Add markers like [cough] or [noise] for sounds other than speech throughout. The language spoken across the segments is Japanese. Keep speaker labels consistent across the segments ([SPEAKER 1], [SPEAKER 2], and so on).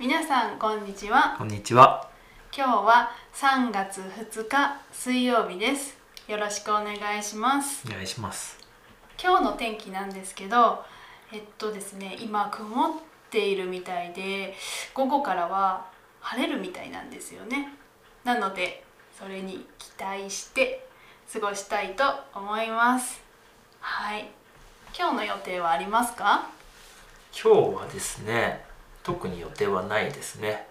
[SPEAKER 1] こんにちは
[SPEAKER 2] こんにちは。
[SPEAKER 1] 今日は3月2日水曜日ですよろしくお願いします
[SPEAKER 2] お願いします。
[SPEAKER 1] 今日の天気なんですけどえっとですね今曇っているみたいで午後からは晴れるみたいなんですよねなのでそれに期待して過ごしたいと思いますはい今日の予定はありますか
[SPEAKER 2] 今日はですね、特に予定はないですね。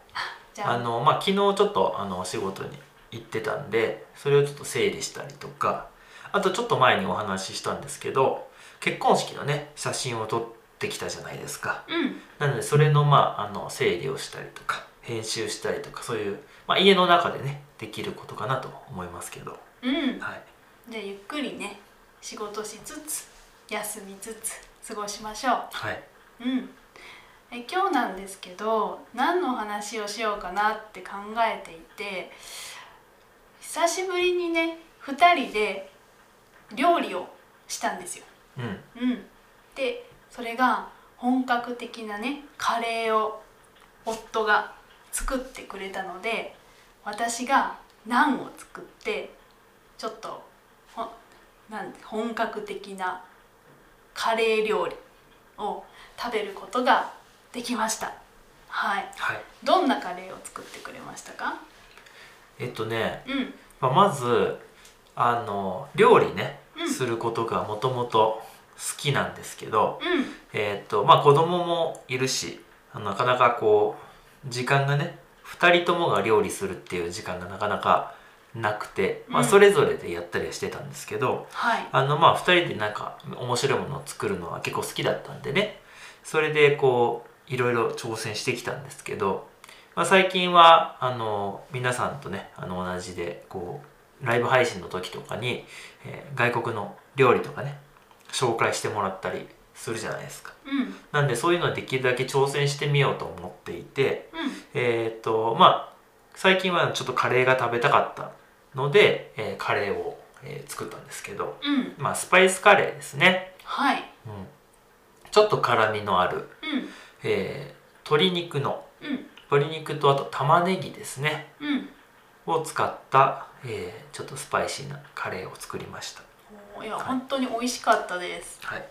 [SPEAKER 1] じゃあ
[SPEAKER 2] あのまあ昨日ちょっとあのお仕事に行ってたんで、それをちょっと整理したりとか、あとちょっと前にお話ししたんですけど、結婚式のね写真を撮ってきたじゃないですか。
[SPEAKER 1] うん
[SPEAKER 2] なのでそれのまああの整理をしたりとか、編集したりとかそういうまあ家の中でねできることかなと思いますけど、
[SPEAKER 1] うん
[SPEAKER 2] はい。
[SPEAKER 1] じゃあゆっくりね仕事しつつ休みつつ過ごしましょう
[SPEAKER 2] はい。
[SPEAKER 1] うん、え今日なんですけど何の話をしようかなって考えていて久しぶりにね2人で料理をしたんですよ。
[SPEAKER 2] うん。
[SPEAKER 1] うん、でそれが本格的なねカレーを夫が作ってくれたので私がナンを作ってちょっとほんなん本格的なカレー料理を食べることができましたはい
[SPEAKER 2] はい。
[SPEAKER 1] どんなカレーを作ってくれましたか
[SPEAKER 2] えっとね。
[SPEAKER 1] うん
[SPEAKER 2] まあ、まずあの料理ね、
[SPEAKER 1] うん
[SPEAKER 2] することがもともと好きなんですけど、
[SPEAKER 1] うん
[SPEAKER 2] えーっとまあ、子供もいるしあのなかなかこう時間がね2人ともが料理するっていう時間がなかなかなくて、まあ、
[SPEAKER 1] うん
[SPEAKER 2] それぞれでやったりはしてたんですけど、
[SPEAKER 1] はい
[SPEAKER 2] あのまあ2人でなんか面白いものを作るのは結構好きだったんでねそれでこういろいろ挑戦してきたんですけど、まあ、最近はあの皆さんとねあの同じでこうライブ配信の時とかに、えー外国の料理とかね紹介してもらったりするじゃないですか。
[SPEAKER 1] うん
[SPEAKER 2] なんでそういうのはできるだけ挑戦してみようと思っていて、
[SPEAKER 1] う
[SPEAKER 2] えーっとまあ最近はちょっとカレーが食べたかったので、えーカレーを、えー作ったんですけど、
[SPEAKER 1] んうん
[SPEAKER 2] まあ、スパイスカレーですね、
[SPEAKER 1] はい
[SPEAKER 2] うん、ちょっと辛みのある、
[SPEAKER 1] うん
[SPEAKER 2] えー鶏肉の
[SPEAKER 1] うん
[SPEAKER 2] 鶏肉とあと玉ねぎですね
[SPEAKER 1] うん
[SPEAKER 2] を使った、えーちょっとスパイシーなカレーを作りました、
[SPEAKER 1] おーいや
[SPEAKER 2] はい
[SPEAKER 1] 本当に美味しかったです
[SPEAKER 2] はい、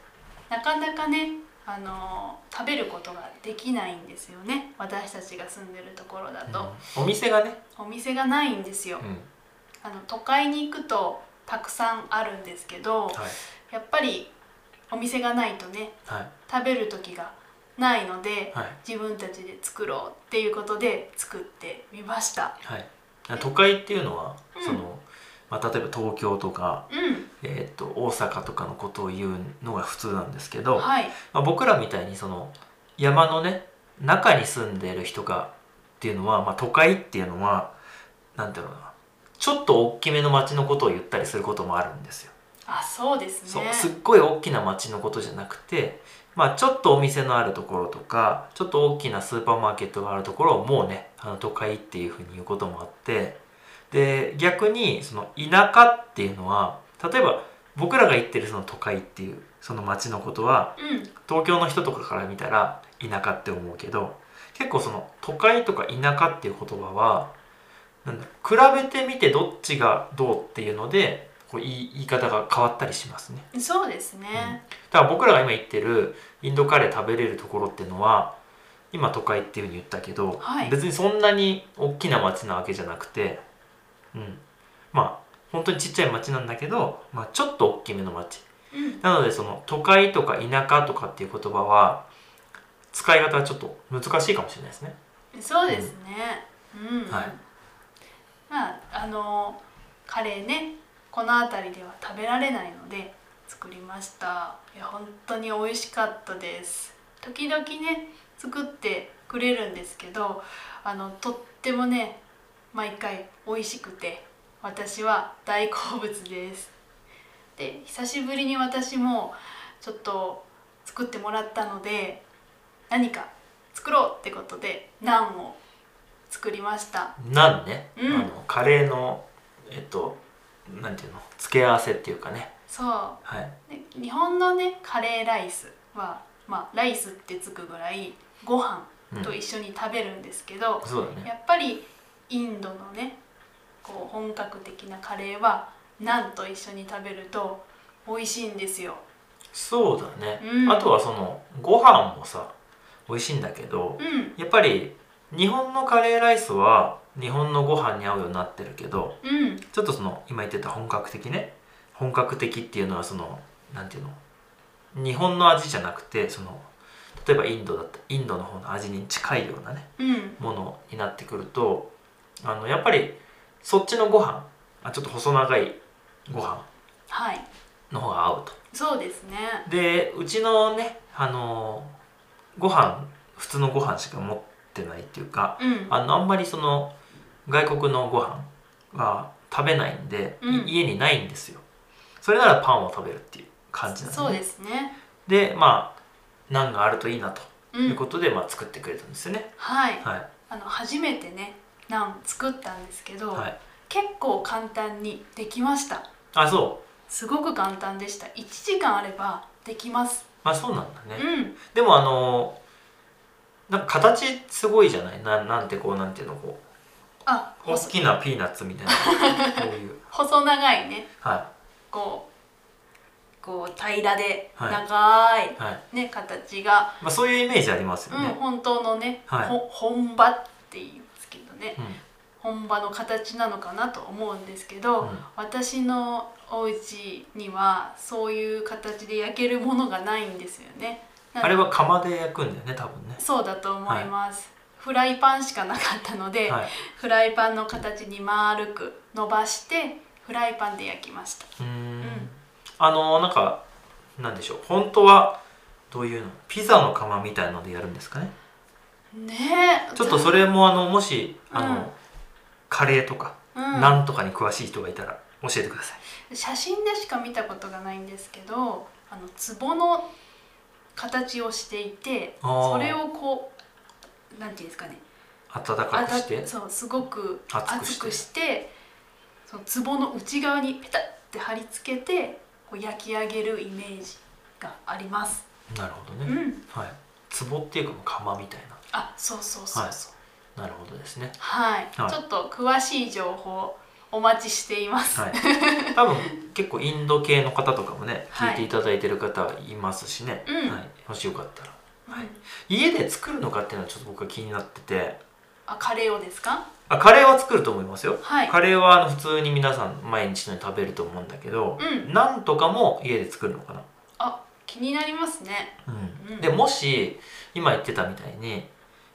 [SPEAKER 1] なかなかね、あのー食べることができないんですよね私たちが住んでるところだと、
[SPEAKER 2] うんお店がね、
[SPEAKER 1] お店がないんですよ
[SPEAKER 2] うん
[SPEAKER 1] あの都会に行くとたくさんあるんですけど
[SPEAKER 2] はい
[SPEAKER 1] やっぱりお店がないとね
[SPEAKER 2] はい
[SPEAKER 1] 食べる時がないので
[SPEAKER 2] はい
[SPEAKER 1] 自分たちで作ろうっていうことで作ってみました
[SPEAKER 2] はい都会っていうのは、
[SPEAKER 1] うん
[SPEAKER 2] その、まあ、例えば東京とか、
[SPEAKER 1] う
[SPEAKER 2] えー、と大阪とかのことを言うのが普通なんですけ
[SPEAKER 1] ん
[SPEAKER 2] ど、
[SPEAKER 1] はい
[SPEAKER 2] まあ、僕らみたいにその山のね中に住んでる人がっていうのは、まあ、都会っていうのはなんていうのかなちょっと大きめの町のことを言ったりすることもあるんですよ。
[SPEAKER 1] あそうですね
[SPEAKER 2] そうすっごい大きな町のことじゃなくて、まあ、ちょっとお店のあるところとかちょっと大きなスーパーマーケットがあるところをもうねあの都会っていうふうに言うこともあってで逆にその田舎っていうのは例えば僕らが行ってるその都会っていうその町のことは
[SPEAKER 1] うん
[SPEAKER 2] 東京の人とかから見たら田舎って思うけど結構その都会とか田舎っていう言葉はなんだ比べてみてどっちがどうっていうのでこう言い言い方が変わったりしますね
[SPEAKER 1] そうですね、
[SPEAKER 2] だから僕らが今言ってるインドカレー食べれるところっていうのは今都会っていうふうに言ったけど、
[SPEAKER 1] はい
[SPEAKER 2] 別にそんなに大きな町なわけじゃなくて、うん、まあ本当にちっちゃい町なんだけど、まあ、ちょっと大きめの町
[SPEAKER 1] うん
[SPEAKER 2] なのでその都会とか田舎とかっていう言葉は使い方はちょっと難しいかもしれないですね。
[SPEAKER 1] そうですね。うん。
[SPEAKER 2] はい
[SPEAKER 1] まああのカレーね、この辺りでは食べられないので作りました。いや本当に美味しかったです。時々ね作ってくれるんですけど、あのとってもね毎回美味しくて私は大好物です。で久しぶりに私もちょっと作ってもらったので何か作ろうってことでナンを作りました
[SPEAKER 2] なんね、
[SPEAKER 1] うん
[SPEAKER 2] あのカレーのえっとなんていうの付け合わせっていうかね、
[SPEAKER 1] そ
[SPEAKER 2] はい、
[SPEAKER 1] うで日本のねカレーライスはまあライスってつくぐらいご飯
[SPEAKER 2] うん
[SPEAKER 1] と一緒に食べるんですけど、
[SPEAKER 2] そうだね
[SPEAKER 1] やっぱりインドのねこう本格的なカレーはナンと一緒に食べると美味しいんですよ。
[SPEAKER 2] そうだね、
[SPEAKER 1] うん
[SPEAKER 2] あとはそのご飯もさ美味しいんだけど
[SPEAKER 1] うん
[SPEAKER 2] やっぱり日本のカレーライスは日本のご飯に合うようになってるけど
[SPEAKER 1] うん
[SPEAKER 2] ちょっとその今言ってた本格的ね本格的っていうのはそのなんていうの日本の味じゃなくてその例えばインドだったインドの方の味に近いようなね
[SPEAKER 1] うん
[SPEAKER 2] ものになってくるとあのやっぱりそっちのご飯あちょっと細長いご飯
[SPEAKER 1] はい
[SPEAKER 2] の方が合うと
[SPEAKER 1] そうですね。
[SPEAKER 2] でうちのねあのご飯普通のご飯しか持ってないっていうか
[SPEAKER 1] うん
[SPEAKER 2] あのあんまりその外国のご飯は食べないんで、
[SPEAKER 1] うん
[SPEAKER 2] い家にないんですよそれならパンを食べるっていう感じなん
[SPEAKER 1] そうですすね。
[SPEAKER 2] でまあナンがあるといいなと
[SPEAKER 1] う
[SPEAKER 2] いうんことで、まあ、作ってくれたんですよね
[SPEAKER 1] はい
[SPEAKER 2] はい
[SPEAKER 1] あの初めてねナン作ったんですけど、
[SPEAKER 2] はい
[SPEAKER 1] 結構簡単にできました。
[SPEAKER 2] あそう
[SPEAKER 1] すごく簡単でした。1時間あればできます。
[SPEAKER 2] まあそうなんだね、
[SPEAKER 1] うん
[SPEAKER 2] でもあのなんか形すごいじゃないなんなんてこうなんていうのこう
[SPEAKER 1] あ
[SPEAKER 2] 大
[SPEAKER 1] 細
[SPEAKER 2] きなピーナッツみ
[SPEAKER 1] [laughs]
[SPEAKER 2] たいなこういう
[SPEAKER 1] 細長いね
[SPEAKER 2] は
[SPEAKER 1] こうこう平らで
[SPEAKER 2] はい
[SPEAKER 1] 長い
[SPEAKER 2] いはい、
[SPEAKER 1] ね形が、
[SPEAKER 2] まあ、そういうイメージありますよ
[SPEAKER 1] うん、
[SPEAKER 2] ね、
[SPEAKER 1] 本当のね、
[SPEAKER 2] はい
[SPEAKER 1] ほ本場って言うんですけどね
[SPEAKER 2] うん
[SPEAKER 1] 本場の形なのかなと思うんですけど、
[SPEAKER 2] うん
[SPEAKER 1] 私のお家にはそういう形で焼けるものがないんですよね。なので
[SPEAKER 2] あれは釜で焼くんだよね多分ね
[SPEAKER 1] そうだと思います、フライパンしかなかったので、
[SPEAKER 2] はい
[SPEAKER 1] フライパンの形に丸く伸ばしてフライパンで焼きました
[SPEAKER 2] うーん
[SPEAKER 1] ん
[SPEAKER 2] あのなんかなんでしょう本当はどういうのピザの釜みたいのでやるんですかね
[SPEAKER 1] ねえ
[SPEAKER 2] ちょっとそれもあのもしあの、
[SPEAKER 1] うん
[SPEAKER 2] カレーとか、
[SPEAKER 1] う、
[SPEAKER 2] なんんとかに詳しい人がいたら教えてください
[SPEAKER 1] 写真でしか見たことがないんですけどあの壺の形をしていて
[SPEAKER 2] あー
[SPEAKER 1] それをこうなんていうんですかね
[SPEAKER 2] 温かくして
[SPEAKER 1] あたそうすごく
[SPEAKER 2] 熱くして
[SPEAKER 1] 熱くしてその壺の内側にペタッて貼り付けてこう焼き上げるイメージがあります。
[SPEAKER 2] なるほど
[SPEAKER 1] う
[SPEAKER 2] ね、
[SPEAKER 1] ん
[SPEAKER 2] はい壺っていうか釜みたい
[SPEAKER 1] あ、そうそうそうそう。
[SPEAKER 2] ななるほどですね
[SPEAKER 1] はい。
[SPEAKER 2] はい
[SPEAKER 1] ちょっと詳しい情報お待ちしています。
[SPEAKER 2] はい [laughs] 多分結構インド系の方とかもね
[SPEAKER 1] はい
[SPEAKER 2] 聞いていただいてる方いますしね、
[SPEAKER 1] うん
[SPEAKER 2] はい、もしよかったらはい
[SPEAKER 1] うん
[SPEAKER 2] 家で作るのかっていうのはちょっと僕は気になってて
[SPEAKER 1] あ、カレーをですか？
[SPEAKER 2] あカレーは作ると思いますよ、
[SPEAKER 1] はい。
[SPEAKER 2] カレーはあの普通に皆さん毎日のように食べると思うんだけど、
[SPEAKER 1] うん
[SPEAKER 2] なんとかも家で作るのかな、
[SPEAKER 1] あ、気になりますね。
[SPEAKER 2] うん
[SPEAKER 1] うん
[SPEAKER 2] でもし今言ってたみたいに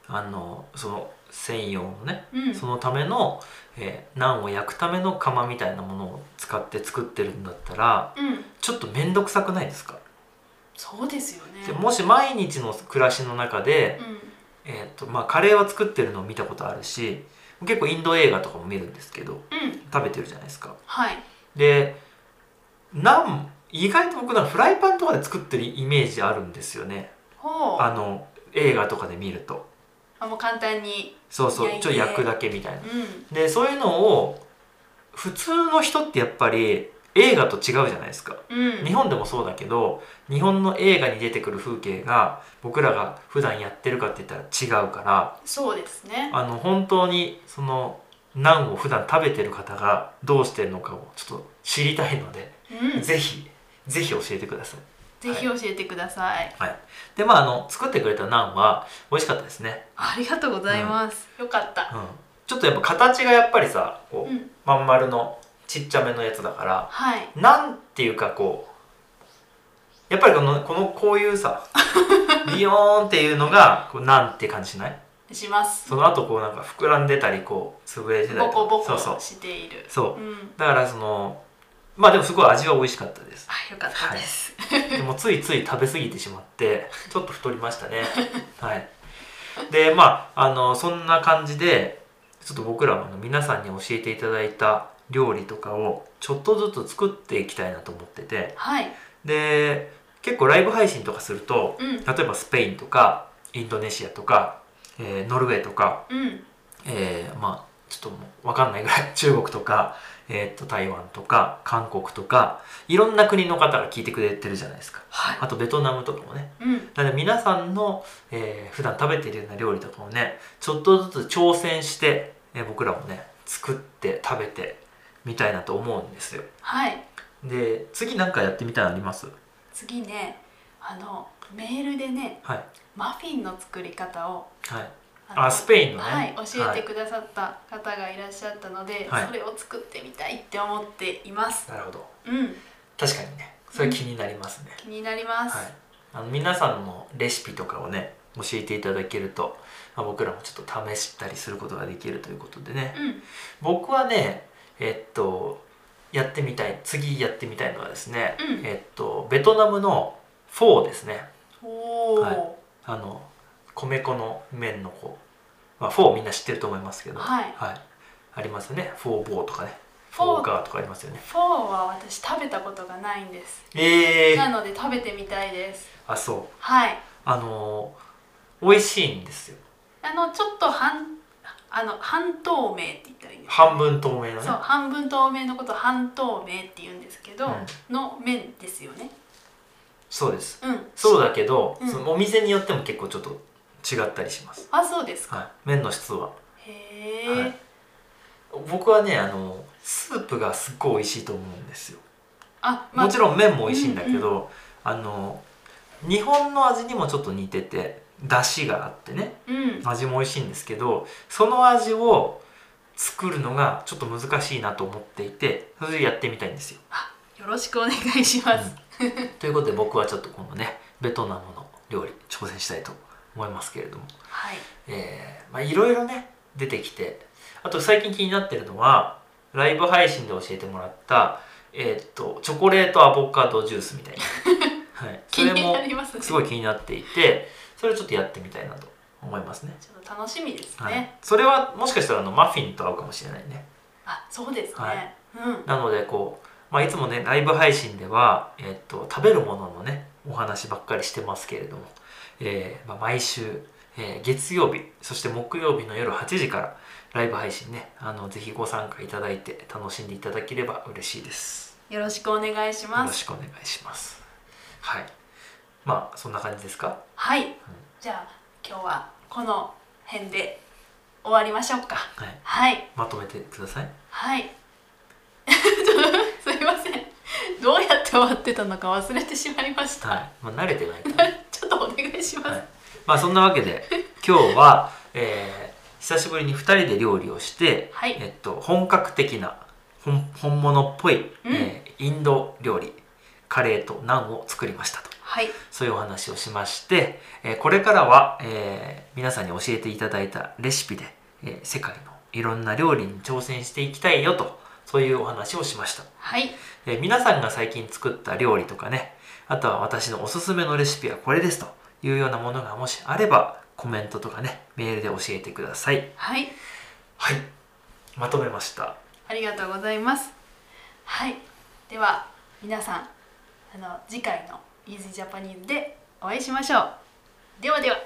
[SPEAKER 2] あのその専用のね
[SPEAKER 1] うん。
[SPEAKER 2] そのための、えーナンを焼くための釜みたいなものを使って作ってるんだったら
[SPEAKER 1] うん。
[SPEAKER 2] ちょっと面倒くさくないですか、
[SPEAKER 1] そうですよね。
[SPEAKER 2] でもし毎日の暮らしの中で、えーとまあ、カレーは作ってるのを見たことあるし結構インド映画とかも見るんですけど
[SPEAKER 1] うん。うん。
[SPEAKER 2] 食べてるじゃないですか
[SPEAKER 1] はい。
[SPEAKER 2] でナン意外と僕なんかフライパンとかで作ってるイメージあるんですよね
[SPEAKER 1] ほう。
[SPEAKER 2] あの映画とかで見ると
[SPEAKER 1] あ、もう簡単に。
[SPEAKER 2] そうそう
[SPEAKER 1] 焼い
[SPEAKER 2] ち
[SPEAKER 1] て
[SPEAKER 2] ょっと焼くだけみたいな
[SPEAKER 1] うん。
[SPEAKER 2] でそういうのを普通の人ってやっぱり映画と違うじゃないですか
[SPEAKER 1] うん。
[SPEAKER 2] 日本でもそうだけど日本の映画に出てくる風景が僕らが普段やってるかって言ったら違うから
[SPEAKER 1] そうですね。
[SPEAKER 2] あの本当にそのナンを普段食べてる方がどうしてるのかをちょっと知りたいので、
[SPEAKER 1] うん。ぜ
[SPEAKER 2] ぜひぜひ教えてください
[SPEAKER 1] ひ教えてください。
[SPEAKER 2] でまああの作ってくれたナンは美味しかったですね、
[SPEAKER 1] ありがとうございます。よかった。
[SPEAKER 2] うん、ちょっとやっぱ形がやっぱりさこ
[SPEAKER 1] う。
[SPEAKER 2] うんまん丸のちっちゃめのやつだから
[SPEAKER 1] はい。
[SPEAKER 2] なんていうかこうやっぱりこのこのこういう
[SPEAKER 1] [laughs]
[SPEAKER 2] さビヨーンっていうのがこうなんて感じしない
[SPEAKER 1] します。
[SPEAKER 2] その後こうなんか膨らんでたりこう潰れてたり
[SPEAKER 1] ボコボ
[SPEAKER 2] そうそ
[SPEAKER 1] コ
[SPEAKER 2] う
[SPEAKER 1] している。。
[SPEAKER 2] そううんだからそのまあでもすごい味は美味しかったです
[SPEAKER 1] あ、よかったです。
[SPEAKER 2] でもついつい食べ過ぎてしまってちょっと太りましたねはいでまああのそんな感じでちょっと僕らもあの皆さんに教えていただいた料理とかをちょっとずつ作っていきたいなと思ってて
[SPEAKER 1] はい。
[SPEAKER 2] で結構ライブ配信とかすると
[SPEAKER 1] うん。
[SPEAKER 2] 例えばスペインとかインドネシアとか、えーノルウェーとか、
[SPEAKER 1] うん。
[SPEAKER 2] [laughs] えーまあちょっともう分かんないぐらい中国とか、えーっと台湾とか韓国とかいろんな国の方が聞いてくれてるじゃないですか
[SPEAKER 1] はい
[SPEAKER 2] あとベトナムとかもね
[SPEAKER 1] うん
[SPEAKER 2] なので皆さんの、えー普段食べてるような料理とかをねちょっとずつ挑戦して、えー僕らもね作って食べてみたいなと思うんですよ
[SPEAKER 1] はい
[SPEAKER 2] で次なんかやってみたいのあります
[SPEAKER 1] 次ねあのメールでね
[SPEAKER 2] はい
[SPEAKER 1] マフィンの作り方を
[SPEAKER 2] はい
[SPEAKER 1] の
[SPEAKER 2] あスペインのね
[SPEAKER 1] はい、教えて
[SPEAKER 2] は
[SPEAKER 1] くださった方がいらっしゃったので、
[SPEAKER 2] はい
[SPEAKER 1] それを作ってみたいって思っています
[SPEAKER 2] い、なるほど
[SPEAKER 1] うん
[SPEAKER 2] 確かにねそれ気になりますね、
[SPEAKER 1] 気になります、
[SPEAKER 2] はい、あの皆さんのレシピとかをね教えていただけると、まあ、僕らもちょっと試したりすることができるということでね、
[SPEAKER 1] うん
[SPEAKER 2] 僕はねえっとやってみたい次やってみたいのはですね、
[SPEAKER 1] うん
[SPEAKER 2] えっとベトナムのフォーですね
[SPEAKER 1] おお、
[SPEAKER 2] はいあの米粉の麺のこう、まあ、フォーみんな知ってると思いますけど、
[SPEAKER 1] はい
[SPEAKER 2] ありますよねフォーボーとかね
[SPEAKER 1] フ
[SPEAKER 2] フ
[SPEAKER 1] ォー
[SPEAKER 2] ォーガーとかありますよね
[SPEAKER 1] フォーは私食べたことがないんです
[SPEAKER 2] え
[SPEAKER 1] な
[SPEAKER 2] ー、
[SPEAKER 1] ので食べてみたいです
[SPEAKER 2] あそう
[SPEAKER 1] はい
[SPEAKER 2] あのー美味しいんですよ
[SPEAKER 1] あのちょっと半あの半透明って言ったらいいんですか
[SPEAKER 2] 半分透明のね
[SPEAKER 1] そう半分透明のことを半透明って言うんですけど、
[SPEAKER 2] う
[SPEAKER 1] の麺ですよね
[SPEAKER 2] そうです
[SPEAKER 1] うん
[SPEAKER 2] そうだけど、
[SPEAKER 1] うん
[SPEAKER 2] そのお店によっても結構ちょっと違ったりします
[SPEAKER 1] あそうですか、
[SPEAKER 2] はい麺の質は
[SPEAKER 1] へえ、
[SPEAKER 2] はい僕はねあのスープがすっごい美味しいと思うんですよ、
[SPEAKER 1] あまあ
[SPEAKER 2] もちろん麺も美味しいんだけど、あの日本の味にもちょっと似てて出汁があってね
[SPEAKER 1] うん
[SPEAKER 2] 味も美味しいんですけどその味を作るのがちょっと難しいなと思っていてそれでやってみたいんですよ
[SPEAKER 1] よろしくお願いします、
[SPEAKER 2] ということで僕はちょっと今度ねベトナムの料理挑戦したいと思いますけれども
[SPEAKER 1] はい
[SPEAKER 2] えーまあいろいろね出てきてあと最近気になってるのはライブ配信で教えてもらったえーっとチョコレートアボカドジュースみたいな、
[SPEAKER 1] [laughs]
[SPEAKER 2] はい、そ
[SPEAKER 1] 気
[SPEAKER 2] れ
[SPEAKER 1] に
[SPEAKER 2] も
[SPEAKER 1] なりますね
[SPEAKER 2] すごい気になっていてそれをちょっとやってみたいなと思いますね
[SPEAKER 1] ちょっと楽しみですね、
[SPEAKER 2] はい、それはもしかしたらあのマフィンと合うかもしれないね
[SPEAKER 1] あそうですね、
[SPEAKER 2] はい
[SPEAKER 1] うん
[SPEAKER 2] なのでこう、まあ、いつもねライブ配信では、えーっと食べるもののねお話ばっかりしてますけれども、えーまあ、毎週、えー月曜日そして木曜日の夜8時からライブ配信ねあのぜひご参加いただいて楽しんでいただければ嬉しいです
[SPEAKER 1] よろしくお願いし
[SPEAKER 2] よ
[SPEAKER 1] ま
[SPEAKER 2] ろ
[SPEAKER 1] す
[SPEAKER 2] しくお願いしますはいまあそんな感じですか
[SPEAKER 1] はい、じゃあ今日はこの辺で終わりましょうか
[SPEAKER 2] はい
[SPEAKER 1] はい
[SPEAKER 2] まとめてください
[SPEAKER 1] はい [laughs] すいませんどうやって終わってたのか忘れてしまいました、
[SPEAKER 2] はい、まあ、慣れてないから、ね、
[SPEAKER 1] [laughs] ちょっとお願いします、
[SPEAKER 2] はいまあそんなわけで
[SPEAKER 1] [laughs]
[SPEAKER 2] 今日は、えー久しぶりに2人で料理をして、
[SPEAKER 1] はい
[SPEAKER 2] えっと、本格的な本本物っぽい、
[SPEAKER 1] うん
[SPEAKER 2] えーインド料理カレーとナンを作りましたと
[SPEAKER 1] はい
[SPEAKER 2] そういうお話をしまして、えーこれからは、えー皆さんに教えていただいたレシピで、えー世界のいろんな料理に挑戦していきたいよとそういうお話をしました、
[SPEAKER 1] はい
[SPEAKER 2] えー皆さんが最近作った料理とかねあとは私のおすすめのレシピはこれですというようなものがもしあればコメントとかねメールで教えてください
[SPEAKER 1] はい
[SPEAKER 2] はいまとめました
[SPEAKER 1] ありがとうございます。はい、では皆さん、あの次回の Easy Japanese でお会いしましょう。ではでは。